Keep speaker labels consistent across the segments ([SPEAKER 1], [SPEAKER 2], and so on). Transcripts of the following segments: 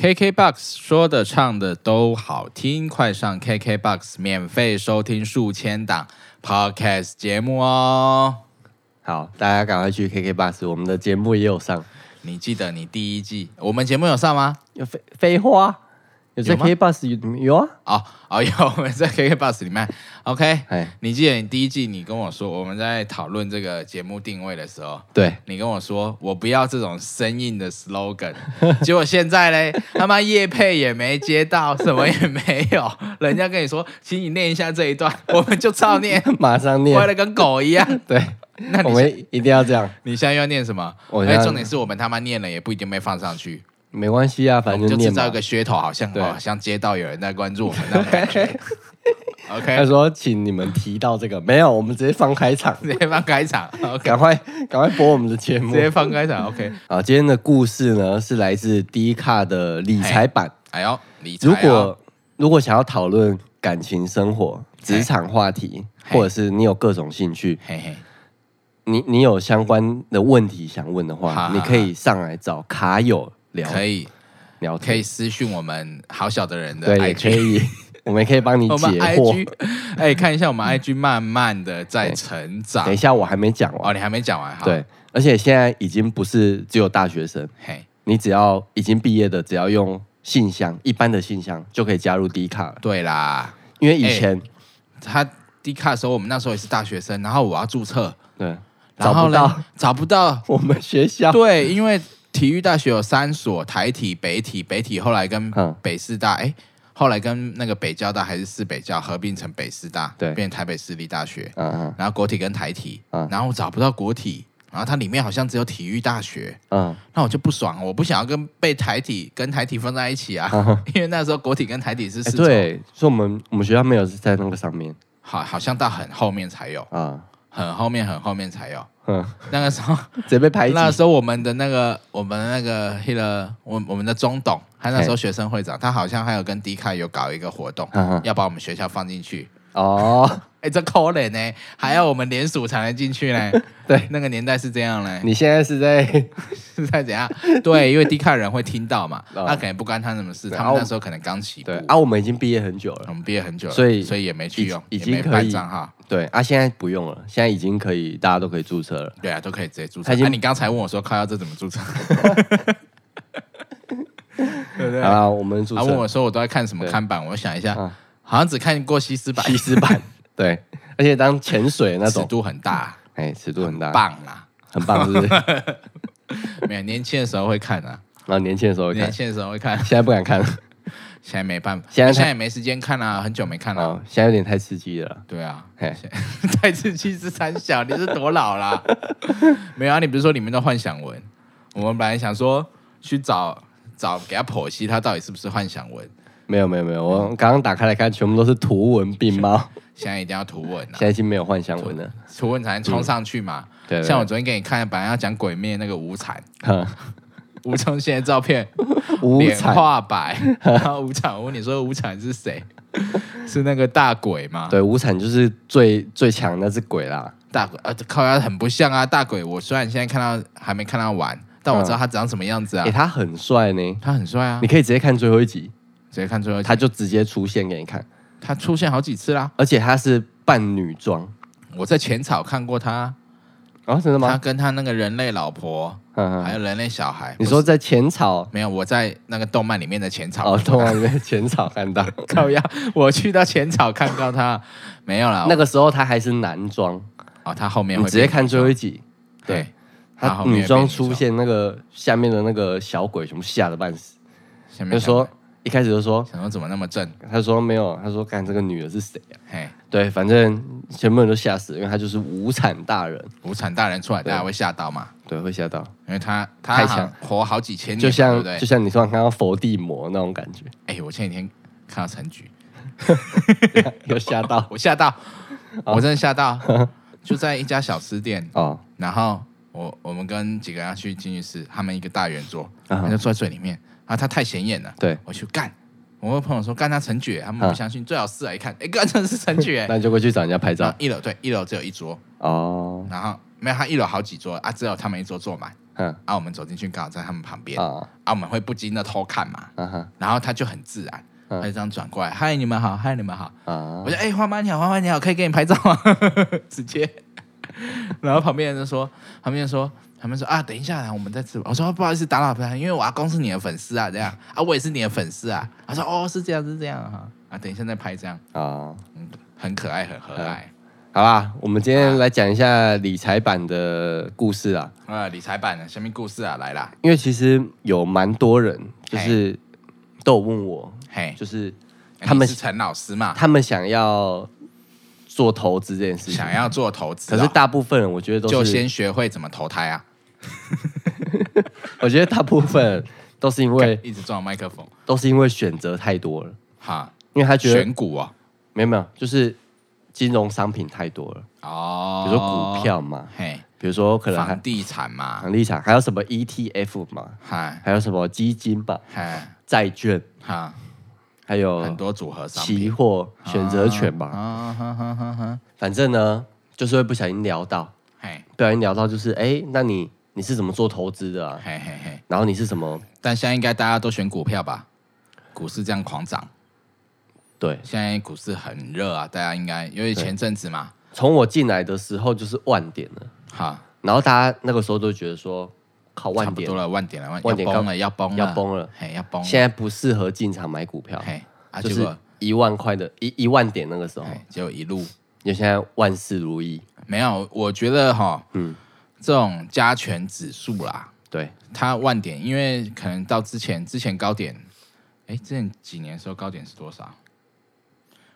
[SPEAKER 1] KKBOX 说的唱的都好听，快上 KKBOX 免费收听数千档 Podcast 节目哦。
[SPEAKER 2] 好，大家赶快去 KKBox，我们的节目也有上。
[SPEAKER 1] 你记得你第一季我们节目有上吗？
[SPEAKER 2] 有飞飞花，有在
[SPEAKER 1] 有吗
[SPEAKER 2] KKBox 有有啊？
[SPEAKER 1] 哦哦， 有我们在 KKBOX 里面。OK，
[SPEAKER 2] 哎，
[SPEAKER 1] 你记得你第一季你跟我说我们在讨论这个节目定位的时候，
[SPEAKER 2] 对，
[SPEAKER 1] 你跟我说我不要这种生硬的 slogan，结 果现在嘞，他妈叶配也没接到，什么也没有，人家跟你说，请你念一下这一段，我们就照念，
[SPEAKER 2] 马上
[SPEAKER 1] 乖
[SPEAKER 2] 念。
[SPEAKER 1] 的跟狗一 样。
[SPEAKER 2] 对，
[SPEAKER 1] 那
[SPEAKER 2] 我
[SPEAKER 1] 你
[SPEAKER 2] 们一定要这样，
[SPEAKER 1] 你现在又要念什么？
[SPEAKER 2] 我
[SPEAKER 1] 哎，
[SPEAKER 2] 现在
[SPEAKER 1] 重点是我们他妈念了也不一定被放上去，
[SPEAKER 2] 没关系啊，
[SPEAKER 1] 我
[SPEAKER 2] 反
[SPEAKER 1] 们
[SPEAKER 2] 正
[SPEAKER 1] 就制
[SPEAKER 2] 念
[SPEAKER 1] 造一
[SPEAKER 2] 嘛
[SPEAKER 1] 个。噱头，好像
[SPEAKER 2] 对
[SPEAKER 1] 哦好像接到有人在关注我们 那种感觉。
[SPEAKER 2] 他
[SPEAKER 1] OK，
[SPEAKER 2] 说，请你们提到这个，没有，我们直接放开 场，
[SPEAKER 1] 直接放开场，OK，
[SPEAKER 2] 赶快赶快播我们的节
[SPEAKER 1] 直
[SPEAKER 2] 目。
[SPEAKER 1] 接放开场，OK。
[SPEAKER 2] 好，今天的故事呢是来自 D 卡的理财版。
[SPEAKER 1] 哎呦，理财
[SPEAKER 2] 如
[SPEAKER 1] 啊
[SPEAKER 2] 果如果想要讨论感情生活、职场话题，
[SPEAKER 1] 嘿
[SPEAKER 2] 或者是你有各种兴趣，
[SPEAKER 1] 嘿嘿，
[SPEAKER 2] 你你有相关的问题想问的
[SPEAKER 1] 好
[SPEAKER 2] 话，你可以上来找卡友聊
[SPEAKER 1] 可以
[SPEAKER 2] 聊天，
[SPEAKER 1] 可以私讯我们好小的人的
[SPEAKER 2] 对，也可
[SPEAKER 1] IG，
[SPEAKER 2] 以，我们可以帮你
[SPEAKER 1] 我们
[SPEAKER 2] 解惑。
[SPEAKER 1] IG，哎，看一下我们 IG 慢慢的在成
[SPEAKER 2] 等
[SPEAKER 1] 长
[SPEAKER 2] 一。下，我还没讲
[SPEAKER 1] 哦，
[SPEAKER 2] 完。
[SPEAKER 1] 你还没讲完哈？，
[SPEAKER 2] 对，而且现在已经不是只有大学生，
[SPEAKER 1] 嘿，
[SPEAKER 2] 你只要已经毕业的，只要用信箱一般的信箱就可以加入 D 卡了，
[SPEAKER 1] 对啦，
[SPEAKER 2] 因为以
[SPEAKER 1] 哎
[SPEAKER 2] 前
[SPEAKER 1] 他 D 卡的时候，我们那时候也是大学生，然后我要注册，
[SPEAKER 2] 对
[SPEAKER 1] 然
[SPEAKER 2] 找
[SPEAKER 1] 后
[SPEAKER 2] 不到
[SPEAKER 1] 呢找不到，
[SPEAKER 2] 我们学 校，
[SPEAKER 1] 对，因为体育大学有三所，台体、北体，北体后来跟
[SPEAKER 2] 嗯
[SPEAKER 1] 北师大，哎、后来跟那个北交大还是市北交合并成北师大，
[SPEAKER 2] 对
[SPEAKER 1] 变台北市立大学，
[SPEAKER 2] 嗯嗯
[SPEAKER 1] 然后国体跟台体，
[SPEAKER 2] 嗯
[SPEAKER 1] 然后我找不到国体，然后它里面好像只有体育大学。
[SPEAKER 2] 嗯，
[SPEAKER 1] 那我就不爽，我不想要跟被台体跟台体放在一起啊， 因为那时候国体跟台体是
[SPEAKER 2] 哎
[SPEAKER 1] 四所，
[SPEAKER 2] 嗯对，所以我们我们学校没有在那个上面
[SPEAKER 1] 好好像到很后面才有，
[SPEAKER 2] 啊，
[SPEAKER 1] 很后面很后面才有。
[SPEAKER 2] 嗯，
[SPEAKER 1] 那个时候
[SPEAKER 2] 直接被排挤，
[SPEAKER 1] 那时候我们的那个，我们的那个 h i l 我我们的钟董，他那时候学生会长，他好像还有跟迪卡有搞一个活动，
[SPEAKER 2] 嗯嗯
[SPEAKER 1] 要把我们学校放进去。
[SPEAKER 2] 哦，
[SPEAKER 1] 哎，这可怜呢，还要我们联署才能进去呢。
[SPEAKER 2] 对，
[SPEAKER 1] 那个年代是这样嘞，
[SPEAKER 2] 你现在是在
[SPEAKER 1] 是在怎样？对，因为迪卡人会听到嘛，
[SPEAKER 2] 哦
[SPEAKER 1] 他可能不干他什么事，
[SPEAKER 2] 对
[SPEAKER 1] 他
[SPEAKER 2] 啊
[SPEAKER 1] 们
[SPEAKER 2] 我
[SPEAKER 1] 那时候可能刚起步
[SPEAKER 2] 对。啊，我们已经毕业很久了
[SPEAKER 1] 我，们毕业很久了，
[SPEAKER 2] 所以
[SPEAKER 1] 所以也没去用，
[SPEAKER 2] 已
[SPEAKER 1] 也
[SPEAKER 2] 经
[SPEAKER 1] 没
[SPEAKER 2] 可
[SPEAKER 1] 办
[SPEAKER 2] 以
[SPEAKER 1] 账号。
[SPEAKER 2] 对啊，现在不用了，现在已经可以大家都可以注册了。
[SPEAKER 1] 对啊，都可以直接注册。
[SPEAKER 2] 他已经
[SPEAKER 1] 那、你刚才问我说，靠，要这怎么注册？对不对？
[SPEAKER 2] 啊，我们注
[SPEAKER 1] 他问我
[SPEAKER 2] 册
[SPEAKER 1] 说我都在看什么
[SPEAKER 2] 对
[SPEAKER 1] 看板，我想一下
[SPEAKER 2] 啊，
[SPEAKER 1] 好像只看过西施版，
[SPEAKER 2] 西施版，对，而且当潜水那
[SPEAKER 1] 尺
[SPEAKER 2] 种，
[SPEAKER 1] 度很大，
[SPEAKER 2] 哎，尺度很大，
[SPEAKER 1] 棒啦！
[SPEAKER 2] 很棒，是不 是？然
[SPEAKER 1] 没有年轻的时候会看啊，
[SPEAKER 2] 后年轻的时候会
[SPEAKER 1] 年
[SPEAKER 2] 看，
[SPEAKER 1] 轻的时候会看，
[SPEAKER 2] 现在不敢看 了，
[SPEAKER 1] 现在没办法，
[SPEAKER 2] 现在
[SPEAKER 1] 现
[SPEAKER 2] 看
[SPEAKER 1] 在也没时间看啊，很久没看了、
[SPEAKER 2] 哦，现在有点太刺激了，
[SPEAKER 1] 对啊，
[SPEAKER 2] 嘿，
[SPEAKER 1] 太刺激是三小，你是多老 啦？没有啊，你不是说里面的幻想文？我们本来想说去找找给他剖析，他到底是不是幻想文？
[SPEAKER 2] 没有没有没有，我刚刚打开来看，全部都是图文并茂，
[SPEAKER 1] 现在一定要图文啊
[SPEAKER 2] 现，在已经没有幻想文了，
[SPEAKER 1] 图文才能冲上去嘛。
[SPEAKER 2] 对，对
[SPEAKER 1] 像我昨天给你看，本来要讲鬼灭那个无惨，
[SPEAKER 2] 哼
[SPEAKER 1] 吴宗宪的照片，
[SPEAKER 2] 无
[SPEAKER 1] 脸
[SPEAKER 2] 产，
[SPEAKER 1] 画白， 然后吴产，我问你说吴产是谁？ 是那个大鬼吗？
[SPEAKER 2] 对，无产就是最最强那只鬼啦，
[SPEAKER 1] 大鬼啊，靠，他很不像啊，大鬼。我虽然现在看到还没看到完，但我知道他长什么样子啊
[SPEAKER 2] 哎，，他很帅呢，
[SPEAKER 1] 他很帅啊
[SPEAKER 2] 你，可以直接看最后一集，
[SPEAKER 1] 直接看出来
[SPEAKER 2] 他
[SPEAKER 1] 他
[SPEAKER 2] 就直接出现给你看，
[SPEAKER 1] 他出现好几次啦。
[SPEAKER 2] 而且他是扮女装，
[SPEAKER 1] 我在浅草看过他，
[SPEAKER 2] 啊，真的
[SPEAKER 1] 他
[SPEAKER 2] 吗？
[SPEAKER 1] 跟他那个人类老婆，
[SPEAKER 2] 嗯
[SPEAKER 1] 还
[SPEAKER 2] 嗯，
[SPEAKER 1] 有人类小孩。
[SPEAKER 2] 你
[SPEAKER 1] 不
[SPEAKER 2] 说
[SPEAKER 1] 是
[SPEAKER 2] 在浅草
[SPEAKER 1] 没有？我在那个动漫里面的浅草
[SPEAKER 2] 哦，通常在浅草看到，
[SPEAKER 1] 靠呀，我去到浅草看到他，没有啦。
[SPEAKER 2] 那个时候他还是男装，
[SPEAKER 1] 哦，他后面
[SPEAKER 2] 你
[SPEAKER 1] 会
[SPEAKER 2] 直接
[SPEAKER 1] 变
[SPEAKER 2] 看
[SPEAKER 1] 女
[SPEAKER 2] 最
[SPEAKER 1] 装
[SPEAKER 2] 后一集，
[SPEAKER 1] 对，他
[SPEAKER 2] 他
[SPEAKER 1] 后面
[SPEAKER 2] 女
[SPEAKER 1] 会
[SPEAKER 2] 装
[SPEAKER 1] 变
[SPEAKER 2] 出
[SPEAKER 1] 装，
[SPEAKER 2] 现那个下面的那个小鬼，全部吓得半死，
[SPEAKER 1] 下面
[SPEAKER 2] 就
[SPEAKER 1] 想
[SPEAKER 2] 说一开始就说，
[SPEAKER 1] 想说怎么那么正？
[SPEAKER 2] 他说没有，他说干这个女的是谁啊？
[SPEAKER 1] 嘿，
[SPEAKER 2] 对，反正全部人都吓死，因为他就是无产大人，
[SPEAKER 1] 无产大人出来，
[SPEAKER 2] 对
[SPEAKER 1] 大家会吓到嘛？
[SPEAKER 2] 对，会吓到，
[SPEAKER 1] 因为他他
[SPEAKER 2] 太
[SPEAKER 1] 好像
[SPEAKER 2] 强
[SPEAKER 1] 活好几千年嘛，
[SPEAKER 2] 就像
[SPEAKER 1] 对不
[SPEAKER 2] 就
[SPEAKER 1] 对？
[SPEAKER 2] 像你突然看到伏地魔那种感觉，
[SPEAKER 1] 哎，我前几天看到陈菊，
[SPEAKER 2] 有 吓到
[SPEAKER 1] 我吓到，我真的吓 到，就在一家小吃店，
[SPEAKER 2] 哦，
[SPEAKER 1] 然后我我们跟几个人要去进去吃，他们一个大圆桌，
[SPEAKER 2] 嗯哼
[SPEAKER 1] 他就坐在最里面，啊，他太显眼了，
[SPEAKER 2] 对，
[SPEAKER 1] 我去干。我问朋友说干他陈菊，他们不
[SPEAKER 2] 嗯
[SPEAKER 1] 相信，最好试来一看，哎，干真的是陈菊，哎
[SPEAKER 2] 那就会去找人家拍
[SPEAKER 1] 然
[SPEAKER 2] 照
[SPEAKER 1] 后一楼对一楼只有一桌，
[SPEAKER 2] 哦，
[SPEAKER 1] 然后没有他一楼好几桌啊，只有他们一桌坐满，
[SPEAKER 2] 嗯
[SPEAKER 1] 啊，我们走进去刚好在他们旁边，啊，
[SPEAKER 2] 啊
[SPEAKER 1] 我们会不经的偷看嘛，
[SPEAKER 2] 啊哈
[SPEAKER 1] 然后他就很自然，
[SPEAKER 2] 嗯
[SPEAKER 1] 他就这样转过来，嗨，你们好，嗨，你们好，
[SPEAKER 2] 啊
[SPEAKER 1] 我，说，哎、花妈你好，花妈你好，可以给你拍照吗？ 直接，然后旁边人就说，旁边人说，他们说啊，等一下，我们再吃吧。我说哦不好意思打扰不好意思因为我阿公是你的粉丝啊，这样 啊，我也是你的粉丝啊。他说哦，是这样，是这样啊，啊，等一下再拍这样，
[SPEAKER 2] 啊，
[SPEAKER 1] 嗯，很可爱，很和
[SPEAKER 2] 嗯
[SPEAKER 1] 蔼。
[SPEAKER 2] 好啦，我们今天来讲一下理财版的故事啊，
[SPEAKER 1] 啊，理财版的下面故事啊，来啦，
[SPEAKER 2] 因为其实有蛮多人就是都有问我，
[SPEAKER 1] 嘿，
[SPEAKER 2] 就是
[SPEAKER 1] 哎
[SPEAKER 2] 他们
[SPEAKER 1] 你是陈老师 嘛，
[SPEAKER 2] 他们想要做投资这件事情，
[SPEAKER 1] 想要做投资
[SPEAKER 2] 可
[SPEAKER 1] 哦、
[SPEAKER 2] 是大部分人我觉得都，
[SPEAKER 1] 就是先学会怎么投胎啊，
[SPEAKER 2] 我觉得大部分 人都是因为
[SPEAKER 1] 一直撞麦克风，
[SPEAKER 2] 都是因为选择太多了，
[SPEAKER 1] 哈，
[SPEAKER 2] 因为他觉得
[SPEAKER 1] 选股哦，
[SPEAKER 2] 没有没有，就是金融商品太多了，比
[SPEAKER 1] 哦，
[SPEAKER 2] 如说股，票嘛，
[SPEAKER 1] 嘿，
[SPEAKER 2] 比如说可能还
[SPEAKER 1] 哦房地产嘛，
[SPEAKER 2] 房地产，还有什么 ETF 嘛，
[SPEAKER 1] 嗨
[SPEAKER 2] 还有什么基金吧、
[SPEAKER 1] 嗨
[SPEAKER 2] 债券，
[SPEAKER 1] 哈，
[SPEAKER 2] 还有
[SPEAKER 1] 很多组合商
[SPEAKER 2] 期
[SPEAKER 1] 品，
[SPEAKER 2] 货、选择权吧。
[SPEAKER 1] 啊哈哈哈哈，
[SPEAKER 2] 反正呢，就是会不小心聊到，
[SPEAKER 1] 嘿
[SPEAKER 2] 不小心聊到就是，哎，那你你是怎么做投资的啊？
[SPEAKER 1] 嘿嘿嘿，
[SPEAKER 2] 然后你是什么？
[SPEAKER 1] 但现在应该大家都选股票吧？股市这样狂涨，
[SPEAKER 2] 对，
[SPEAKER 1] 现在股市很热啊，大家应该因为
[SPEAKER 2] 对
[SPEAKER 1] 前阵子嘛，
[SPEAKER 2] 从我进来的时候就是万点了，
[SPEAKER 1] 哈，
[SPEAKER 2] 然后大家那个时候都觉得说，靠
[SPEAKER 1] 差
[SPEAKER 2] 万
[SPEAKER 1] 不
[SPEAKER 2] 点
[SPEAKER 1] 多，了，万点了，万
[SPEAKER 2] 万点
[SPEAKER 1] 要崩了，要崩了，
[SPEAKER 2] 要崩了，
[SPEAKER 1] 嘿，要崩了，
[SPEAKER 2] 现在不适合进场买股票，
[SPEAKER 1] 嘿啊，
[SPEAKER 2] 就
[SPEAKER 1] 结
[SPEAKER 2] 是哦
[SPEAKER 1] 果
[SPEAKER 2] 一万块的一一万点那个时候，
[SPEAKER 1] 嘿，结果一路
[SPEAKER 2] 因为现在万事如意，
[SPEAKER 1] 没有，我觉得哈，
[SPEAKER 2] 嗯
[SPEAKER 1] 嗯，这种加权指数啦，
[SPEAKER 2] 对，
[SPEAKER 1] 它万点，因为可能到之前之前高点，哎，之前几年的时候高点是多少？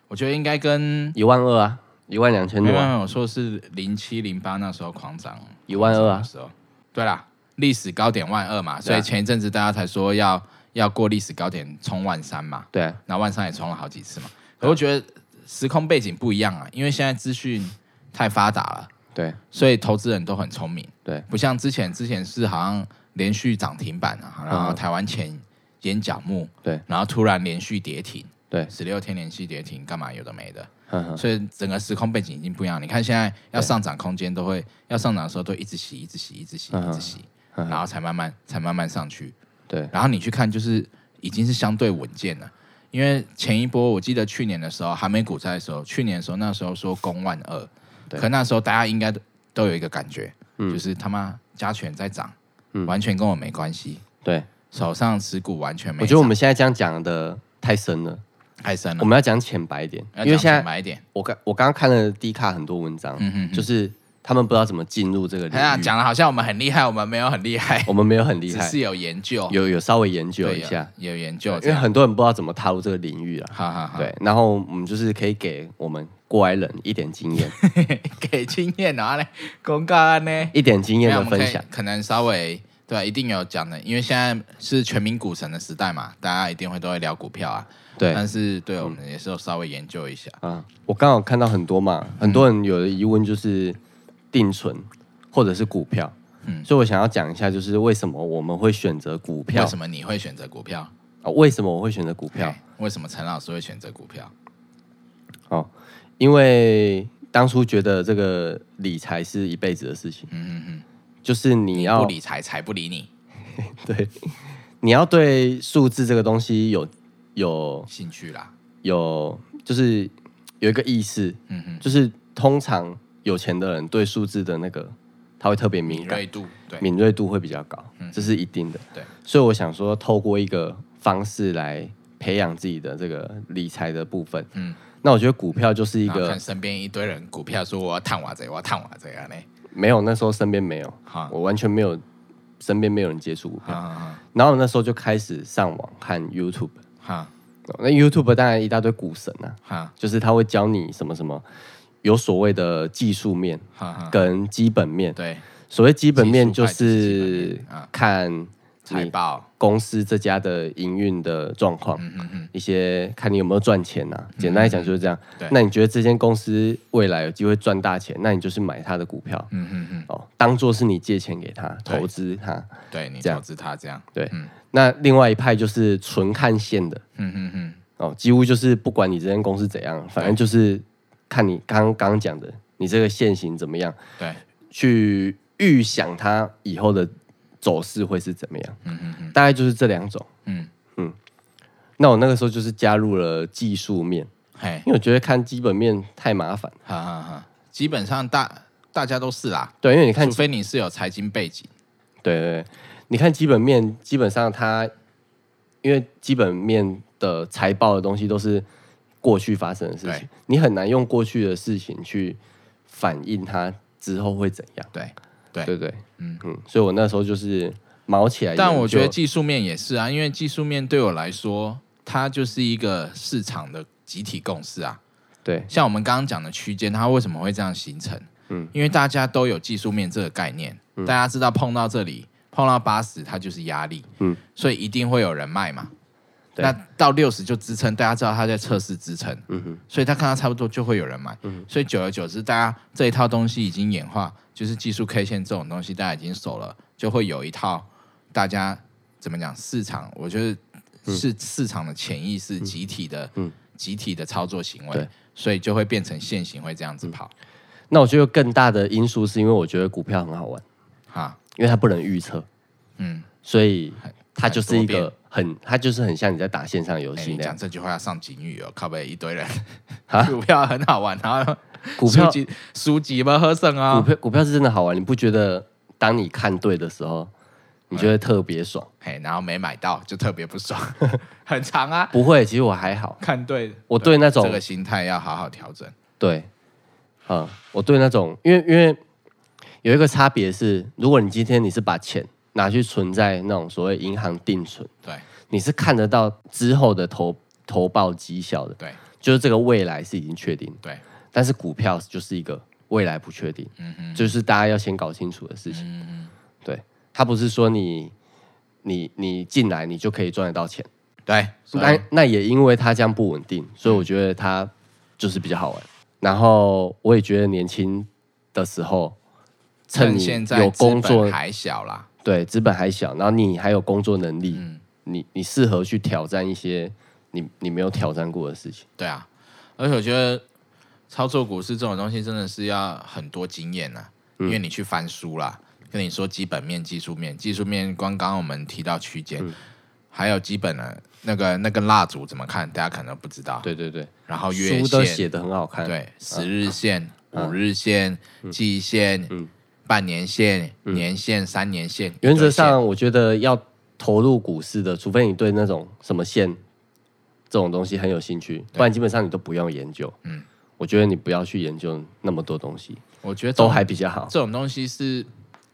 [SPEAKER 1] 我觉得应该跟
[SPEAKER 2] 一万二啊，一万两千
[SPEAKER 1] 没
[SPEAKER 2] 多
[SPEAKER 1] 有没
[SPEAKER 2] 啊，
[SPEAKER 1] 有，我说的是零七零八那时候狂涨
[SPEAKER 2] 一万二
[SPEAKER 1] 的
[SPEAKER 2] 啊，
[SPEAKER 1] 时候，对啦，历史高点万二嘛，
[SPEAKER 2] 对
[SPEAKER 1] 所
[SPEAKER 2] 啊
[SPEAKER 1] 以前一阵子大家才说要要过历史高点冲万三嘛，
[SPEAKER 2] 对啊，
[SPEAKER 1] 那万三也冲了好几次嘛。可我觉得时空背景不一样啊，因为现在资讯太发达了，
[SPEAKER 2] 对啊
[SPEAKER 1] 所以投资人都很聪明。
[SPEAKER 2] 对，
[SPEAKER 1] 不像之前，之前是好像连续涨停板啊，然后
[SPEAKER 2] 嗯
[SPEAKER 1] 台湾前眼角目，
[SPEAKER 2] 对，
[SPEAKER 1] 然后突然连续跌停，
[SPEAKER 2] 对
[SPEAKER 1] 十六天连续跌停，干嘛有的没的，
[SPEAKER 2] 呵呵
[SPEAKER 1] 所以整个时空背景已经不一样。你看现在要
[SPEAKER 2] 对
[SPEAKER 1] 上涨空间都会，要上涨的时候都一直洗，一直洗，一直洗，
[SPEAKER 2] 嗯
[SPEAKER 1] 一直洗，
[SPEAKER 2] 嗯
[SPEAKER 1] 然后才慢慢才慢慢上去。
[SPEAKER 2] 对
[SPEAKER 1] 然后你去看，就是已经是相对稳健了。因为前一波，我记得去年的时候，韩美股灾的时候，去年的时候那时候说攻万二，
[SPEAKER 2] 对
[SPEAKER 1] 可那时候大家应该都都有一个感觉，
[SPEAKER 2] 嗯
[SPEAKER 1] 就是他妈加权在涨，
[SPEAKER 2] 嗯
[SPEAKER 1] 完全跟我没关系，
[SPEAKER 2] 对，
[SPEAKER 1] 手上持股完全没涨。
[SPEAKER 2] 我觉得我们现在这样讲的太深了，
[SPEAKER 1] 太深了
[SPEAKER 2] 我，们要讲浅白一点，
[SPEAKER 1] 要
[SPEAKER 2] 因为
[SPEAKER 1] 讲
[SPEAKER 2] 现
[SPEAKER 1] 浅
[SPEAKER 2] 在
[SPEAKER 1] 白一点。
[SPEAKER 2] 我刚我刚刚看了 D 卡很多文章，
[SPEAKER 1] 嗯哼哼
[SPEAKER 2] 就是他们不知道怎么进入这个领
[SPEAKER 1] 哎呀，
[SPEAKER 2] 域，
[SPEAKER 1] 讲的好像我们很厉害，我们没有很厉害，
[SPEAKER 2] 我们没有很厉
[SPEAKER 1] 只
[SPEAKER 2] 害，
[SPEAKER 1] 是有研究，
[SPEAKER 2] 有有稍微研究
[SPEAKER 1] 对
[SPEAKER 2] 一下，，
[SPEAKER 1] 有有研究
[SPEAKER 2] 因
[SPEAKER 1] 这
[SPEAKER 2] 为
[SPEAKER 1] 样，
[SPEAKER 2] 很多人不知道怎么踏入这个领域啊。
[SPEAKER 1] 哈哈哈，
[SPEAKER 2] 对，然后我们就是可以给我们过来人一点经验，
[SPEAKER 1] 给经验然后呢，公告案呢，
[SPEAKER 2] 一点经验
[SPEAKER 1] 那
[SPEAKER 2] 的
[SPEAKER 1] 我们
[SPEAKER 2] 分
[SPEAKER 1] 可以
[SPEAKER 2] 享。
[SPEAKER 1] 可能稍微对、啊，一定有讲的，因为现在是全民股神的时代嘛，大家一定会都会聊股票啊。
[SPEAKER 2] 对
[SPEAKER 1] 但是对我们也是有稍微研究一下。
[SPEAKER 2] 啊，我刚好看到很多嘛，很多人有的疑问就是定存或者是股票，
[SPEAKER 1] 嗯
[SPEAKER 2] 所以我想要讲一下，就是为什么我们会选择股票
[SPEAKER 1] 为什么你会选择股票？
[SPEAKER 2] 啊？为什么我会选择股票
[SPEAKER 1] 嘿？为什么陈老师会选择股票？
[SPEAKER 2] 哦，因为当初觉得这个理财是一辈子的事情，
[SPEAKER 1] 嗯嗯
[SPEAKER 2] 就是你
[SPEAKER 1] 嗯，
[SPEAKER 2] 要
[SPEAKER 1] 不理财，财不理你，
[SPEAKER 2] 对，你要对数字这个东西有有
[SPEAKER 1] 兴趣啦。
[SPEAKER 2] 有，就是有一个意识，
[SPEAKER 1] 嗯哼，
[SPEAKER 2] 就是通常有钱的人对数字的那个他会特别敏
[SPEAKER 1] 敏
[SPEAKER 2] 感，
[SPEAKER 1] 锐度，对，
[SPEAKER 2] 敏锐度会比较高，这是一定的。
[SPEAKER 1] 嗯对，
[SPEAKER 2] 所以我想说，透过一个方式来培养自己的这个理财的部分。
[SPEAKER 1] 嗯，
[SPEAKER 2] 那我觉得股票就是一
[SPEAKER 1] 然后看
[SPEAKER 2] 个
[SPEAKER 1] 身边一堆人股票说我要探瓦贼，我要探瓦贼啊 嘞。
[SPEAKER 2] 没有那时候身边没有，
[SPEAKER 1] 好，
[SPEAKER 2] 我完全没有身边没有人接触股票，
[SPEAKER 1] 哈
[SPEAKER 2] 然后我那时候就开始上网看 YouTube。
[SPEAKER 1] 哈
[SPEAKER 2] 哦那 YouTube 当然一大堆股神啊，
[SPEAKER 1] 哈
[SPEAKER 2] 就是他会教你什么什么，有所谓的技术面
[SPEAKER 1] 哈哈，
[SPEAKER 2] 跟基本面。
[SPEAKER 1] 对，
[SPEAKER 2] 所谓基本面就
[SPEAKER 1] 啊技术派就是
[SPEAKER 2] 是嗯
[SPEAKER 1] 基本面啊
[SPEAKER 2] 看
[SPEAKER 1] 财
[SPEAKER 2] 你
[SPEAKER 1] 报，
[SPEAKER 2] 公司这家的营运的状况，
[SPEAKER 1] 嗯嗯嗯，
[SPEAKER 2] 一些看你有没有赚钱啊。简单来讲就是这样
[SPEAKER 1] 对。
[SPEAKER 2] 那你觉得这间公司未来有机会赚大钱，那你就是买它的股票
[SPEAKER 1] 嗯嗯嗯，
[SPEAKER 2] 哦，当做是你借钱给他
[SPEAKER 1] 对
[SPEAKER 2] 投资他。
[SPEAKER 1] 对你
[SPEAKER 2] 这样
[SPEAKER 1] 投资它这样，
[SPEAKER 2] 对
[SPEAKER 1] 嗯，
[SPEAKER 2] 那另外一派就是纯看线的，
[SPEAKER 1] 嗯嗯嗯。
[SPEAKER 2] 哦，几乎就是不管你这间公司怎样，反正就是看你刚刚讲的，你这个现行怎么样，
[SPEAKER 1] 对，
[SPEAKER 2] 去预想它以后的走势会是怎么样，
[SPEAKER 1] 嗯嗯嗯
[SPEAKER 2] 大概就是这两种。
[SPEAKER 1] 嗯，
[SPEAKER 2] 那我那个时候就是加入了技术面，
[SPEAKER 1] 嘿，
[SPEAKER 2] 因为我觉得看基本面太麻烦。
[SPEAKER 1] 哈哈哈，基本上大大家都是啦，
[SPEAKER 2] 对，因为你看
[SPEAKER 1] 除，非你是有财经背景，
[SPEAKER 2] 对对对，你看基本面，基本上它因为基本面的财报的东西都是过去发生的事
[SPEAKER 1] 对
[SPEAKER 2] 情，你很难用过去的事情去反映它之后会怎样。
[SPEAKER 1] 对对
[SPEAKER 2] 对不对，
[SPEAKER 1] 嗯
[SPEAKER 2] 嗯嗯，所以我那时候就是毛起来研究，
[SPEAKER 1] 但我觉得技术面也是啊，因为技术面对我来说，它就是一个市场的集体共识啊。
[SPEAKER 2] 对
[SPEAKER 1] 像我们刚刚讲的区间，它为什么会这样形成？嗯
[SPEAKER 2] 嗯，
[SPEAKER 1] 因为大家都有技术面这个概念，大家知道碰到这里，碰到八十它就是压力，嗯
[SPEAKER 2] 嗯，
[SPEAKER 1] 所以一定会有人卖嘛。
[SPEAKER 2] 对
[SPEAKER 1] 那到六十就支撑，大家知道它在测试支撑，
[SPEAKER 2] 嗯哼，嗯
[SPEAKER 1] 所以他看到差不多就会有人买，所以久而久之，大家这一套东西已经演化，就是技术 K 线这种东西，大家已经熟了，就会有一套大家怎么讲市场，我觉得是市场的潜意识、集体的、
[SPEAKER 2] 嗯
[SPEAKER 1] 集体的操作行为
[SPEAKER 2] 对，
[SPEAKER 1] 所以就会变成现行会这样子
[SPEAKER 2] 嗯
[SPEAKER 1] 跑，
[SPEAKER 2] 那我觉得更大的因素是因为我觉得股票很好玩，
[SPEAKER 1] 哈，
[SPEAKER 2] 因为它不能预测，
[SPEAKER 1] 嗯，
[SPEAKER 2] 所以它
[SPEAKER 1] 很
[SPEAKER 2] 就是一
[SPEAKER 1] 多
[SPEAKER 2] 个很，它就是很像你在打线上游
[SPEAKER 1] 哎
[SPEAKER 2] 戏
[SPEAKER 1] 你
[SPEAKER 2] 那样
[SPEAKER 1] 讲。这句话要上警语哦，靠背一堆人
[SPEAKER 2] 啊，
[SPEAKER 1] 股票很好玩，啊然后
[SPEAKER 2] 股票
[SPEAKER 1] 输几输几吧喝剩啊
[SPEAKER 2] 股，票股票是真的好玩，你不觉得？当你看对的时候，你就会特别爽。
[SPEAKER 1] 嘿，然后没买到就特别不爽， 很长啊，
[SPEAKER 2] 不会，其实我还好，
[SPEAKER 1] 看对，
[SPEAKER 2] 我对那种
[SPEAKER 1] 这个心态要好好调整。
[SPEAKER 2] 对，嗯，我对那种，因为因为有一个差别是，如果你今天你是把钱拿去存在那种所谓银行定存，
[SPEAKER 1] 对
[SPEAKER 2] 你是看得到之后的投投报绩效的，
[SPEAKER 1] 对
[SPEAKER 2] 就是这个未来是已经确定的。
[SPEAKER 1] 对，
[SPEAKER 2] 但是股票就是一个未来不确定，
[SPEAKER 1] 嗯哼，
[SPEAKER 2] 就是大家要先搞清楚的事情。
[SPEAKER 1] 嗯
[SPEAKER 2] 对，它不是说你你你进来你就可以赚得到钱，
[SPEAKER 1] 哼，对，所
[SPEAKER 2] 那
[SPEAKER 1] 以
[SPEAKER 2] 那也因为它这样不稳定，所以我觉得它就是比较好玩。然后我也觉得年轻的时候，趁
[SPEAKER 1] 趁
[SPEAKER 2] 你
[SPEAKER 1] 现在
[SPEAKER 2] 有
[SPEAKER 1] 资本
[SPEAKER 2] 工作，
[SPEAKER 1] 还小啦，
[SPEAKER 2] 对，资本还小，然后你还有工作能力，
[SPEAKER 1] 嗯
[SPEAKER 2] 你你适合去挑战一些你你没有挑战过的事情。
[SPEAKER 1] 对啊，而且我觉得操作股市这种东西真的是要很多经验呐，
[SPEAKER 2] 嗯
[SPEAKER 1] 因为你去翻书啦，跟你说基本面、技术面，技术面光刚刚我们提到区间，
[SPEAKER 2] 嗯
[SPEAKER 1] 还有基本的那个那根蜡烛怎么看，大家可能不知道，
[SPEAKER 2] 对对对，
[SPEAKER 1] 然后月
[SPEAKER 2] 书都
[SPEAKER 1] 线
[SPEAKER 2] 写得很嗯好看。
[SPEAKER 1] 对，十日线、
[SPEAKER 2] 嗯
[SPEAKER 1] 五日线、季线、半年线、年线、三年线，
[SPEAKER 2] 嗯原
[SPEAKER 1] 一
[SPEAKER 2] 则
[SPEAKER 1] 堆线
[SPEAKER 2] 上我觉得要投入股市的，除非你对那种什么线这种东西很有兴趣，不然基本上你都不用研究。
[SPEAKER 1] 嗯
[SPEAKER 2] 嗯，我觉得你不要去研究那么多东西，
[SPEAKER 1] 我觉得这种
[SPEAKER 2] 都还比较好。
[SPEAKER 1] 这种东西是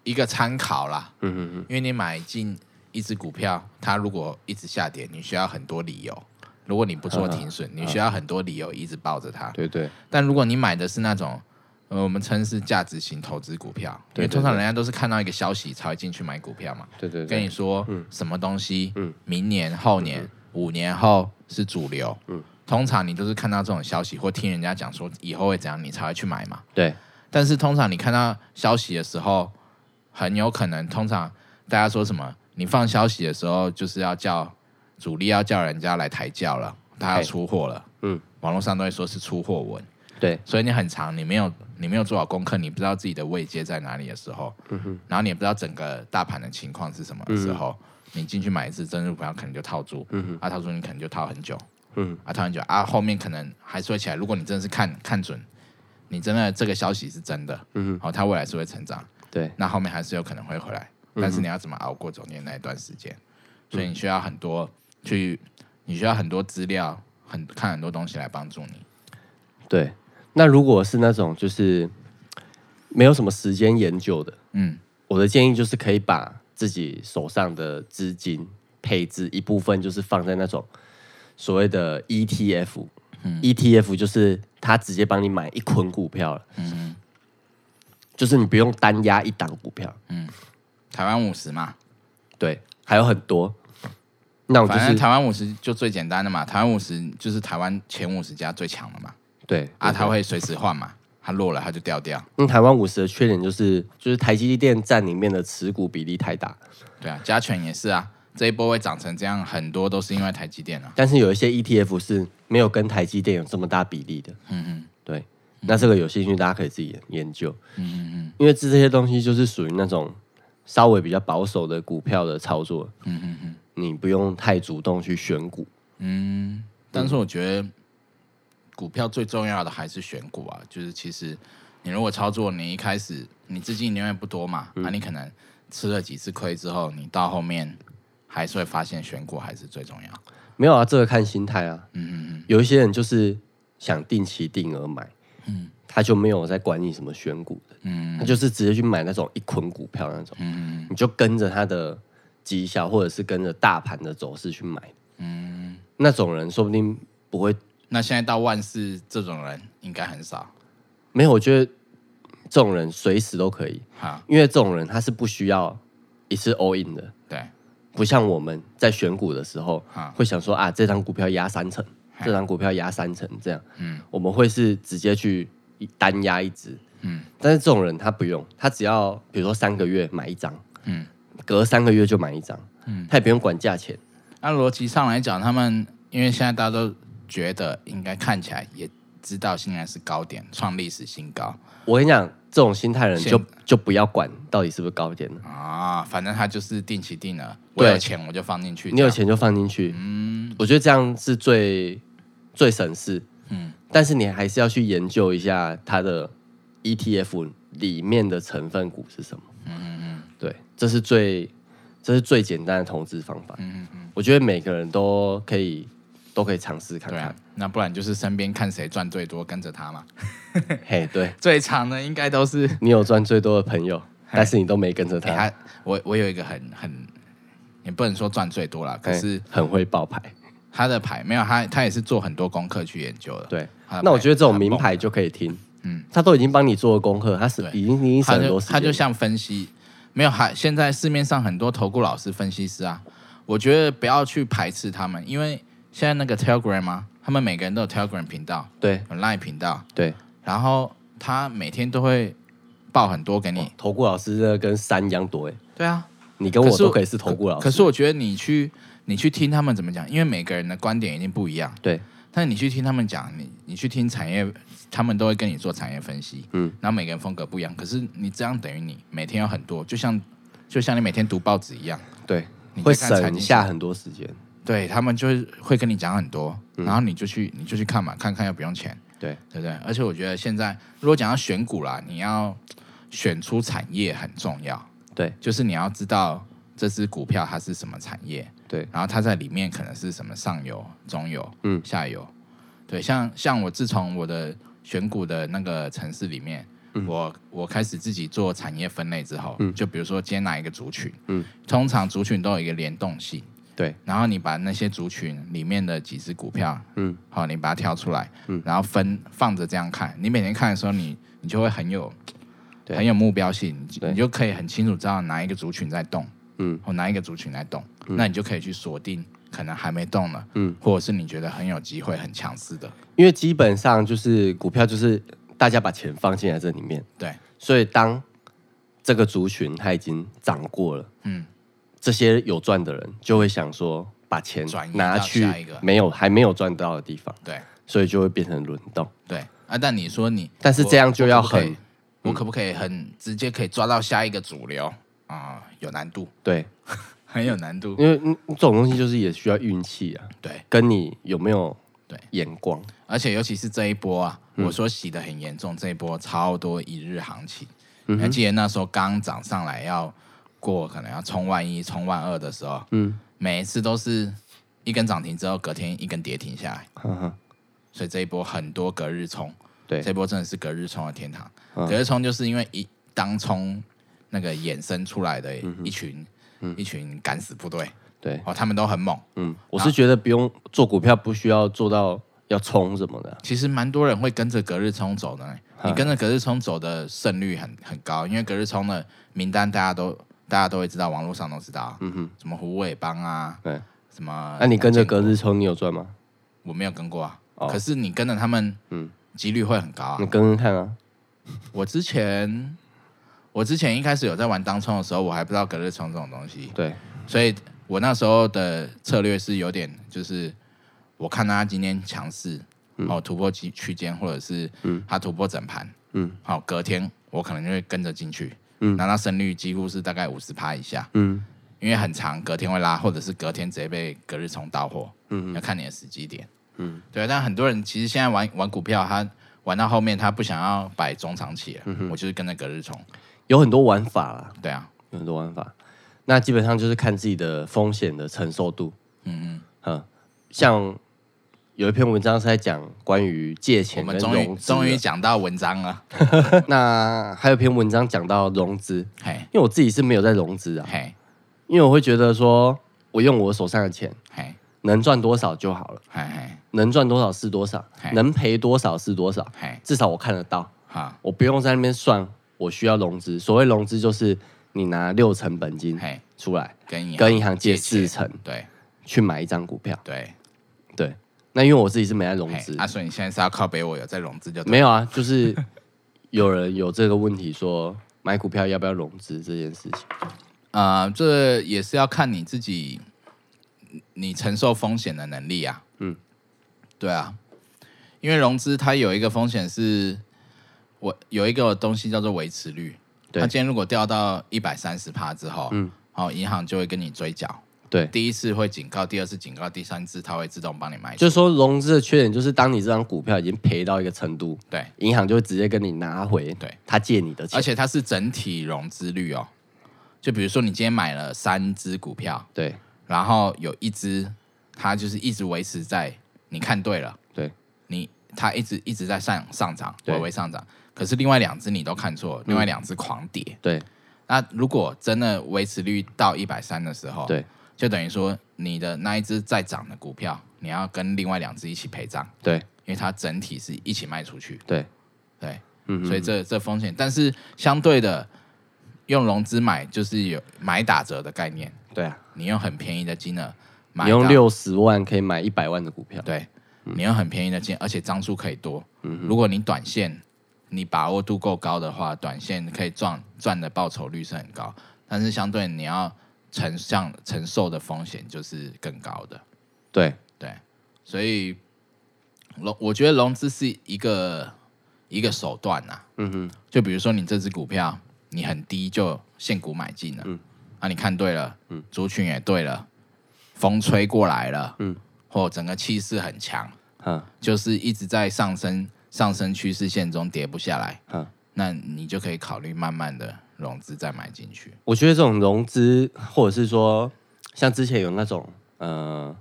[SPEAKER 1] 一个参考啦，
[SPEAKER 2] 嗯嗯嗯，
[SPEAKER 1] 因为你买进一只股票，它如果一直下跌，你需要很多理由。如果你不做停
[SPEAKER 2] 嗯
[SPEAKER 1] 损，你需要很多理由一直抱着它。
[SPEAKER 2] 对对
[SPEAKER 1] 但如果你买的是那种，呃，我们称是价值型投资股票，因
[SPEAKER 2] 对
[SPEAKER 1] 为
[SPEAKER 2] 对
[SPEAKER 1] 通常
[SPEAKER 2] 对
[SPEAKER 1] 人家都是看到一个消息才会进去买股票嘛。
[SPEAKER 2] 对对
[SPEAKER 1] 跟你
[SPEAKER 2] 对，
[SPEAKER 1] 说什么东西，
[SPEAKER 2] 嗯
[SPEAKER 1] 明年、后年、五年后是主流，
[SPEAKER 2] 嗯
[SPEAKER 1] 通常你都是看到这种消息或听人家讲说以后会怎样，你才会去买嘛。
[SPEAKER 2] 对
[SPEAKER 1] 但是通常你看到消息的时候，很有可能通常大家说什么，你放消息的时候就是要叫主力要叫人家来抬轿了，他要
[SPEAKER 2] 嘿
[SPEAKER 1] 出货了，
[SPEAKER 2] 嗯
[SPEAKER 1] 网络上都会说是出货文，
[SPEAKER 2] 对
[SPEAKER 1] 所以你很长，你没有你没有做好功课，你不知道自己的位阶在哪里的时候，
[SPEAKER 2] 嗯
[SPEAKER 1] 然后你也不知道整个大盘的情况是什么的时候，
[SPEAKER 2] 嗯
[SPEAKER 1] 你进去买一次珍珠股票，可能就套住，啊套住你可能就套很久，
[SPEAKER 2] 嗯
[SPEAKER 1] 啊套很久啊后面可能还是会起来。如果你真的是看看准，你真的这个消息是真的，哦
[SPEAKER 2] 嗯
[SPEAKER 1] 好、它未来是会成长，
[SPEAKER 2] 对
[SPEAKER 1] 那后面还是有可能会回来，
[SPEAKER 2] 嗯
[SPEAKER 1] 但是你要怎么熬过中间那一段时间？所以你需要很多去，你需要很多资料，很看很多东西来帮助你。
[SPEAKER 2] 对。那如果是那种就是没有什么时间研究的，
[SPEAKER 1] 嗯，
[SPEAKER 2] 我的建议就是可以把自己手上的资金配置一部分，就是放在那种所谓的 E ETF。
[SPEAKER 1] 嗯
[SPEAKER 2] ETF E 就是它直接帮你买一捆股票了，
[SPEAKER 1] 嗯
[SPEAKER 2] 就是你不用单压一档股票，
[SPEAKER 1] 台湾五十嘛，
[SPEAKER 2] 对，还有很多。那哦我就
[SPEAKER 1] 反正
[SPEAKER 2] 是
[SPEAKER 1] 台湾五十就最简单的嘛，台湾五十就是台湾前五十家最强的嘛，
[SPEAKER 2] 对
[SPEAKER 1] 啊，
[SPEAKER 2] 对
[SPEAKER 1] 它会随时换嘛，它弱了它就掉掉，
[SPEAKER 2] 因为台湾五十的缺点就是，就是台积电占里面的持股比例太大，
[SPEAKER 1] 对啊，加权也是啊，这一波会长成这样，很多都是因为台积电啊，
[SPEAKER 2] 但是有一些 ETF 是没有跟台积电有这么大比例的。嗯嗯，对，那这个有兴趣大家可以自己研究。嗯嗯嗯，因为这这些东西就是属于那种稍微比较保守的股票的操作，嗯嗯嗯，你不用太主动去选股，
[SPEAKER 1] 嗯，但是我觉得股票最重要的还是选股啊，就是其实你如果操作，你一开始你资金永远不多嘛，
[SPEAKER 2] 嗯
[SPEAKER 1] 那、你可能吃了几次亏之后，你到后面还是会发现选股还是最重要。
[SPEAKER 2] 没有啊，这个看心态啊。
[SPEAKER 1] 嗯嗯
[SPEAKER 2] 有一些人就是想定期定额买，嗯，他就没有在管你什么选股的，
[SPEAKER 1] 嗯
[SPEAKER 2] 他就是直接去买那种一捆股票那种，
[SPEAKER 1] 嗯
[SPEAKER 2] 你就跟着他的绩效或者是跟着大盘的走势去买，
[SPEAKER 1] 嗯，
[SPEAKER 2] 那种人说不定不会。
[SPEAKER 1] 那现在到万事这种人应该很少
[SPEAKER 2] 没有，我觉得这种人随时都可以，
[SPEAKER 1] 哈，
[SPEAKER 2] 因为这种人他是不需要一次 all in 的，
[SPEAKER 1] 对，
[SPEAKER 2] 不像我们在选股的时候
[SPEAKER 1] 啊
[SPEAKER 2] 会想说啊，这张股票压三成，这张股票压三成这样，
[SPEAKER 1] 嗯
[SPEAKER 2] 我们会是直接去一单压一只，
[SPEAKER 1] 嗯
[SPEAKER 2] 但是这种人他不用，他只要比如说三个月买一张，
[SPEAKER 1] 嗯。
[SPEAKER 2] 隔三个月就买一张，他也不用管价钱，
[SPEAKER 1] 按逻辑上来讲，他们因为现在大家都觉得应该看起来也知道现在是高点，创历史新高
[SPEAKER 2] 我跟你讲，这种心态的人就
[SPEAKER 1] 现
[SPEAKER 2] 就不要管到底是不是高点了，
[SPEAKER 1] 啊，反正它就是定期定额，我
[SPEAKER 2] 对
[SPEAKER 1] 有钱我就放进去，
[SPEAKER 2] 你有
[SPEAKER 1] 这样，
[SPEAKER 2] 钱就放进去，我觉得这样是最最省事，
[SPEAKER 1] 嗯
[SPEAKER 2] 但是你还是要去研究一下它的 ETF 里面的成分股是什么。嗯嗯嗯，对，这是最这是最简单的投资方法。嗯嗯嗯，我觉得每个人都可以都可以尝试看
[SPEAKER 1] 对啊
[SPEAKER 2] 看。，
[SPEAKER 1] 那不然就是身边看谁赚最多，跟着他嘛。啊
[SPEAKER 2] 嘿，对
[SPEAKER 1] 最长的应该都 是、
[SPEAKER 2] 你有赚最多的朋友，但是你都没跟
[SPEAKER 1] 欸、
[SPEAKER 2] 着他，
[SPEAKER 1] 他，我我有一个很很，也不能说赚最多啦，可
[SPEAKER 2] 嘿
[SPEAKER 1] 是
[SPEAKER 2] 很会爆牌。
[SPEAKER 1] 他的牌没有他，他也是做很多功课去研究的。
[SPEAKER 2] 对，
[SPEAKER 1] 他的牌
[SPEAKER 2] 那我觉得这种
[SPEAKER 1] 很
[SPEAKER 2] 名
[SPEAKER 1] 猛啊
[SPEAKER 2] 牌就可以听。嗯
[SPEAKER 1] 嗯，
[SPEAKER 2] 他都已经帮你做了功课，他是
[SPEAKER 1] 对
[SPEAKER 2] 已经已经省
[SPEAKER 1] 他
[SPEAKER 2] 很多
[SPEAKER 1] 就
[SPEAKER 2] 时间
[SPEAKER 1] 他
[SPEAKER 2] 了。
[SPEAKER 1] 就像分析，没有还现在市面上很多投顾老师、分析师啊，我觉得不要去排斥他们，因为现在那个 Telegram 啊，他们每个人都有 Telegram 频道、
[SPEAKER 2] 对
[SPEAKER 1] 有 Line 频道，
[SPEAKER 2] 对，
[SPEAKER 1] 然后他每天都会报很多给你。
[SPEAKER 2] 投顾老师真的跟山一样多哎，
[SPEAKER 1] 对啊，
[SPEAKER 2] 你哦跟我
[SPEAKER 1] 是
[SPEAKER 2] 都可以是投顾老师。
[SPEAKER 1] 可是我觉得你去你去听他们怎么讲，因为每个人的观点一定不一样。
[SPEAKER 2] 对，
[SPEAKER 1] 但是你去听他们讲，你你去听产业，他们都会跟你做产业分析，
[SPEAKER 2] 嗯
[SPEAKER 1] 嗯，然后每个人风格不一样，可是你这样等于你每天有很多，就像就像你每天读报纸一样，
[SPEAKER 2] 对，
[SPEAKER 1] 你
[SPEAKER 2] 会
[SPEAKER 1] 在看财
[SPEAKER 2] 省
[SPEAKER 1] 经
[SPEAKER 2] 下
[SPEAKER 1] 新
[SPEAKER 2] 很多时间。
[SPEAKER 1] 对他们就是会跟你讲很多，
[SPEAKER 2] 嗯
[SPEAKER 1] 然后你就去你就去看嘛，看看要不用钱，
[SPEAKER 2] 对，
[SPEAKER 1] 对不对？而且我觉得现在如果讲到选股啦，你要选出产业很重要，
[SPEAKER 2] 对，
[SPEAKER 1] 就是你要知道这只股票它是什么产业，
[SPEAKER 2] 对，
[SPEAKER 1] 然后它在里面可能是什么上游、中游、
[SPEAKER 2] 嗯
[SPEAKER 1] 嗯、下游，对，像像我自从我的选股的那个城市里面，我我开始自己做产业分类之后，就比如说今天哪一个族群，
[SPEAKER 2] 嗯
[SPEAKER 1] 嗯，通常族群都有一个联动性，
[SPEAKER 2] 对，
[SPEAKER 1] 然后你把那些族群里面的几只股票，
[SPEAKER 2] 嗯
[SPEAKER 1] 嗯，好，你把它挑出来，嗯，然后分放着这样看，你每天看的时候你，你就会很有
[SPEAKER 2] 对
[SPEAKER 1] 很有目标性，你就
[SPEAKER 2] 对
[SPEAKER 1] 你就可以很清楚知道哪一个族群在动，
[SPEAKER 2] 嗯
[SPEAKER 1] 嗯，或哪一个族群在动，那你就可以去锁定可能还没动了，
[SPEAKER 2] 嗯
[SPEAKER 1] 嗯，或者是你觉得很有机会、很强势的，
[SPEAKER 2] 因为基本上就是股票，就是大家把钱放进来这里面，
[SPEAKER 1] 对，
[SPEAKER 2] 所以当这个族群它已经涨过了，
[SPEAKER 1] 嗯，
[SPEAKER 2] 这些有赚的人就会想说把钱
[SPEAKER 1] 转移到
[SPEAKER 2] 拿去
[SPEAKER 1] 下一个
[SPEAKER 2] 没有还没有赚到的地方，
[SPEAKER 1] 对
[SPEAKER 2] 所以就会变成轮动。
[SPEAKER 1] 对啊。但你说你，
[SPEAKER 2] 但是
[SPEAKER 1] 我
[SPEAKER 2] 这样就要
[SPEAKER 1] 我可不可以
[SPEAKER 2] 很嗯
[SPEAKER 1] 我可不可以很直接可以抓到下一个主流啊、有难度，
[SPEAKER 2] 对，
[SPEAKER 1] 很有难度，
[SPEAKER 2] 因为嗯这种东西就是也需要运气啊，
[SPEAKER 1] 对。
[SPEAKER 2] 跟你有没有
[SPEAKER 1] 对
[SPEAKER 2] 眼光，
[SPEAKER 1] 而且尤其是这一波啊，
[SPEAKER 2] 嗯
[SPEAKER 1] 我说洗的很严重，这一波超多一日行情。
[SPEAKER 2] 嗯
[SPEAKER 1] 你还记得那时候刚涨上来要过，可能要冲万一、冲万二的时候，
[SPEAKER 2] 嗯，
[SPEAKER 1] 每一次都是一根涨停之后，隔天一根跌停下来，
[SPEAKER 2] 哈哈，
[SPEAKER 1] 所以这一波很多隔日冲，
[SPEAKER 2] 对
[SPEAKER 1] 这，波真的是隔日冲的天堂。
[SPEAKER 2] 嗯
[SPEAKER 1] 隔日冲就是因为一当冲那个衍生出来的
[SPEAKER 2] 嗯
[SPEAKER 1] 一群、一群敢死部队，
[SPEAKER 2] 对，
[SPEAKER 1] 哦，他们都很猛，
[SPEAKER 2] 嗯，我是觉得不用做股票，不需要做到要冲什么的啊，
[SPEAKER 1] 其实蛮多人会跟着隔日冲走的、呢，
[SPEAKER 2] 嗯
[SPEAKER 1] 你跟着隔日冲走的胜率很很高，因为隔日冲的名单大家都大家都会知道，网络上都知道。嗯哼，什么胡伟邦啊，
[SPEAKER 2] 对。
[SPEAKER 1] 什么……
[SPEAKER 2] 那、你跟着
[SPEAKER 1] 建国
[SPEAKER 2] 隔日冲，你有赚吗？
[SPEAKER 1] 我没有跟过啊，
[SPEAKER 2] 哦
[SPEAKER 1] 可是你跟着他们，
[SPEAKER 2] 嗯
[SPEAKER 1] 嗯，几率会很高啊
[SPEAKER 2] 你。跟跟看啊。
[SPEAKER 1] 我之前我之前一开始有在玩当冲的时候，我还不知道隔日冲这种东西，
[SPEAKER 2] 对，
[SPEAKER 1] 所以我那时候的策略是有点，就是我看他今天强势，哦，突破区区间，或者是他突破整盘，哦
[SPEAKER 2] 嗯
[SPEAKER 1] 嗯，好，隔天我可能就会跟着进去，嗯，拿到胜率几乎是大概五十趴以下，
[SPEAKER 2] 嗯
[SPEAKER 1] 因为很长，隔天会拉，或者是隔天直接被隔日冲到货，嗯，要看你的时机点，
[SPEAKER 2] 嗯，
[SPEAKER 1] 对。但很多人其实现在玩玩股票，他玩到后面他不想要摆中长期了，
[SPEAKER 2] 嗯
[SPEAKER 1] 我就是跟着隔日冲，
[SPEAKER 2] 有很多玩法啦，
[SPEAKER 1] 对啊，
[SPEAKER 2] 有很多玩法。那基本上就是看自己的风险的承受度。嗯嗯，像有一篇文章是在讲关于借
[SPEAKER 1] 我
[SPEAKER 2] 钱
[SPEAKER 1] 们
[SPEAKER 2] 跟
[SPEAKER 1] 终于
[SPEAKER 2] 融资的。
[SPEAKER 1] 终于讲到文章了，
[SPEAKER 2] 那还有一篇文章讲到融资，
[SPEAKER 1] 嘿，
[SPEAKER 2] 因为我自己是没有在融资啊，
[SPEAKER 1] 嘿，
[SPEAKER 2] 因为我会觉得说，我用我手上的钱
[SPEAKER 1] 嘿，
[SPEAKER 2] 能赚多少就好了，
[SPEAKER 1] 嘿，嘿，
[SPEAKER 2] 能赚多少是多少
[SPEAKER 1] 嘿，
[SPEAKER 2] 能赔多少是多少，
[SPEAKER 1] 嘿，
[SPEAKER 2] 至少我看得到，
[SPEAKER 1] 好，
[SPEAKER 2] 我不用在那边算我需要融资。所谓融资就是你拿六成本金
[SPEAKER 1] 嘿，
[SPEAKER 2] 出来
[SPEAKER 1] 跟银行
[SPEAKER 2] 跟银行借
[SPEAKER 1] 钱
[SPEAKER 2] 四成
[SPEAKER 1] 对
[SPEAKER 2] 去买一张股票，
[SPEAKER 1] 对，
[SPEAKER 2] 对。那因为我自己是没在融
[SPEAKER 1] 嘿啊
[SPEAKER 2] 资，
[SPEAKER 1] 阿顺，你现在是要靠北我有在融资就对
[SPEAKER 2] 没有啊，就是有人有这个问题说买股票要不要融资这件事情。
[SPEAKER 1] 呃，这也是要看你自己，你承受风险的能力啊。嗯，对啊，因为融资它有一个风险是，我有一个东西叫做维持率。
[SPEAKER 2] 对
[SPEAKER 1] 它今天如果掉到一百三十趴之后，嗯，好、银行就会跟你追缴。
[SPEAKER 2] 对，
[SPEAKER 1] 第一次会警告，第二次警告，第三次它会自动帮你买出。
[SPEAKER 2] 就是说融资的缺点就是，当你这张股票已经赔到一个程度，
[SPEAKER 1] 对，
[SPEAKER 2] 银行就会直接跟你拿回
[SPEAKER 1] 对
[SPEAKER 2] 他借你的钱。
[SPEAKER 1] 而且它是整体融资率哦。就比如说你今天买了三只股票，
[SPEAKER 2] 对
[SPEAKER 1] 然后有一只它就是一直维持在你看对了，
[SPEAKER 2] 对
[SPEAKER 1] 你它一直一直在上上涨，
[SPEAKER 2] 对嗯
[SPEAKER 1] 微微上涨。可是另外两只你都看错，另外两只狂跌。
[SPEAKER 2] 对
[SPEAKER 1] 那如果真的维持率到一百三的时候，，
[SPEAKER 2] 对
[SPEAKER 1] 就等于说你的那一只在涨的股票，你要跟另外两只一起陪涨，
[SPEAKER 2] 对
[SPEAKER 1] 因为它整体是一起卖出去。
[SPEAKER 2] 对，
[SPEAKER 1] 对，
[SPEAKER 2] 嗯
[SPEAKER 1] 所以这这风险，但是相对的，用融资买就是有买打折的概念，
[SPEAKER 2] 对啊，
[SPEAKER 1] 你用很便宜的金额买
[SPEAKER 2] 你用
[SPEAKER 1] 到
[SPEAKER 2] 六嗯十万可以买一百万的股票。
[SPEAKER 1] 对，你用很便宜的进，而且张数可以多。
[SPEAKER 2] 嗯
[SPEAKER 1] 如果你短线你把握度够高的话，短线可以赚赚的报酬率是很高，但是相对你要承像承受的风险就是更高的。
[SPEAKER 2] 对
[SPEAKER 1] 对，所以融我觉得融资是一个一个手段呐、嗯哼，就比如说你这只股票你很低就现股买进了，嗯，啊你看对了，嗯，族群也对了，风吹过来了，嗯，或整个气势很强，
[SPEAKER 2] 嗯，
[SPEAKER 1] 就是一直在上升上升趋势线中跌不下来，
[SPEAKER 2] 嗯，
[SPEAKER 1] 那你就可以考虑慢慢的融资再买进去，
[SPEAKER 2] 我觉得这种融资，或者是说像之前有那种呃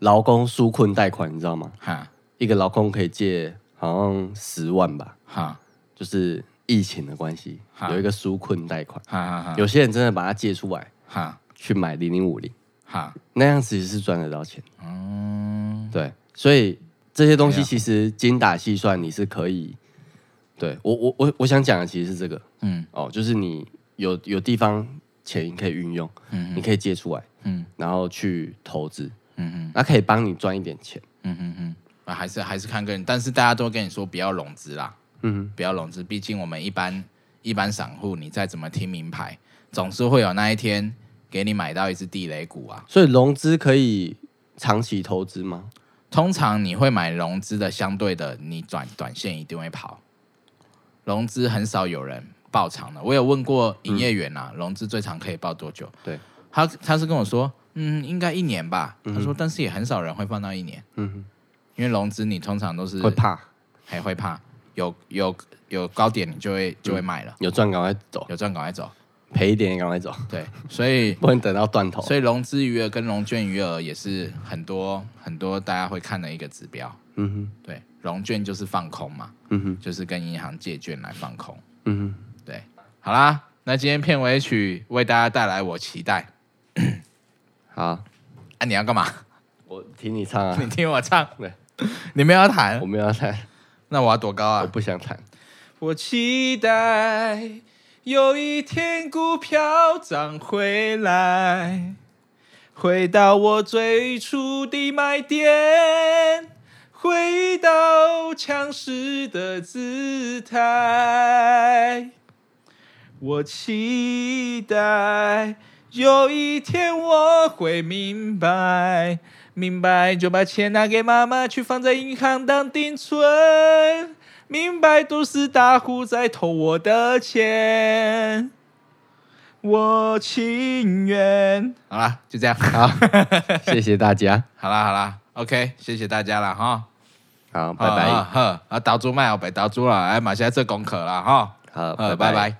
[SPEAKER 2] 劳工纾困贷款，你知道吗？
[SPEAKER 1] 哈
[SPEAKER 2] 一个劳工可以借好像十万吧，
[SPEAKER 1] 哈
[SPEAKER 2] 就是疫情的关系，
[SPEAKER 1] 哈
[SPEAKER 2] 有一个纾困贷款，
[SPEAKER 1] 哈哈
[SPEAKER 2] 有些人真的把它借出来
[SPEAKER 1] 哈
[SPEAKER 2] 去买零零五零。
[SPEAKER 1] 哈，
[SPEAKER 2] 那样其实是赚得到钱。
[SPEAKER 1] 嗯，
[SPEAKER 2] 对，所以这些东
[SPEAKER 1] 哎
[SPEAKER 2] 西
[SPEAKER 1] 呀
[SPEAKER 2] 其实精打细算，你是可以。对我我我我想讲的其实是这个
[SPEAKER 1] 嗯
[SPEAKER 2] 哦，就是你有有地方钱可以运用，
[SPEAKER 1] 嗯
[SPEAKER 2] 你可以借出来，
[SPEAKER 1] 嗯
[SPEAKER 2] 然后去投资，
[SPEAKER 1] 嗯嗯。
[SPEAKER 2] 那可以帮你赚一点钱。
[SPEAKER 1] 嗯嗯嗯，啊，还是还是看个人，但是大家都跟你说不要融资啦，
[SPEAKER 2] 嗯，
[SPEAKER 1] 不要融资，毕竟我们一般一般散户，你再怎么听名牌，总是会有那一天给你买到一只地雷股啊。
[SPEAKER 2] 所以融资可以长期投资吗？
[SPEAKER 1] 通常你会买融资的，相对的，你短短线一定会跑，融资很少有人爆长的。我有问过营业员啊，融资最长可以报多久？
[SPEAKER 2] 嗯对，
[SPEAKER 1] 他他是跟我说，嗯，应该一年吧。他说，但是也很少人会放到一年，
[SPEAKER 2] 嗯，
[SPEAKER 1] 因为融资你通常都是
[SPEAKER 2] 会怕
[SPEAKER 1] 还会怕，有有有高点你就会就
[SPEAKER 2] 嗯
[SPEAKER 1] 会卖了，
[SPEAKER 2] 有赚赶快走，
[SPEAKER 1] 有赚赶快走。
[SPEAKER 2] 赔一点也赶快走，
[SPEAKER 1] 对，所以
[SPEAKER 2] 不能等到断头。
[SPEAKER 1] 所以融资余额跟融券余额也是很多很多大家会看的一个指标。
[SPEAKER 2] 嗯哼，
[SPEAKER 1] 对，融券就是放空嘛，
[SPEAKER 2] 嗯哼，
[SPEAKER 1] 就是跟银行借券来放空。
[SPEAKER 2] 嗯哼。
[SPEAKER 1] 对，好啦，那今天片尾曲为大家带来我期待。
[SPEAKER 2] 好，
[SPEAKER 1] 啊，你要干嘛？ ，
[SPEAKER 2] 我听你唱啊
[SPEAKER 1] 你听我唱。
[SPEAKER 2] 对，
[SPEAKER 1] 你们要弹
[SPEAKER 2] 我，没有要弹，
[SPEAKER 1] 那我要多高
[SPEAKER 2] 我
[SPEAKER 1] 啊？
[SPEAKER 2] 不想弹。
[SPEAKER 1] 我期待有一天股票涨回来，回到我最初的买点，回到强势的姿态。我期待有一天我会明白，明白就把钱拿给妈妈去放在银行当定存，明白都是大户在偷我的钱。我情愿。好啦，就这样。好，
[SPEAKER 2] 谢谢大家，
[SPEAKER 1] 好啦，好啦，OK，谢谢大家啦哈。
[SPEAKER 2] 好，拜拜，
[SPEAKER 1] 啊哦好，好好啊，投资卖后白投资啦，哎，马上来做功课啦哈。
[SPEAKER 2] 好，
[SPEAKER 1] 好，
[SPEAKER 2] 拜
[SPEAKER 1] 拜拜。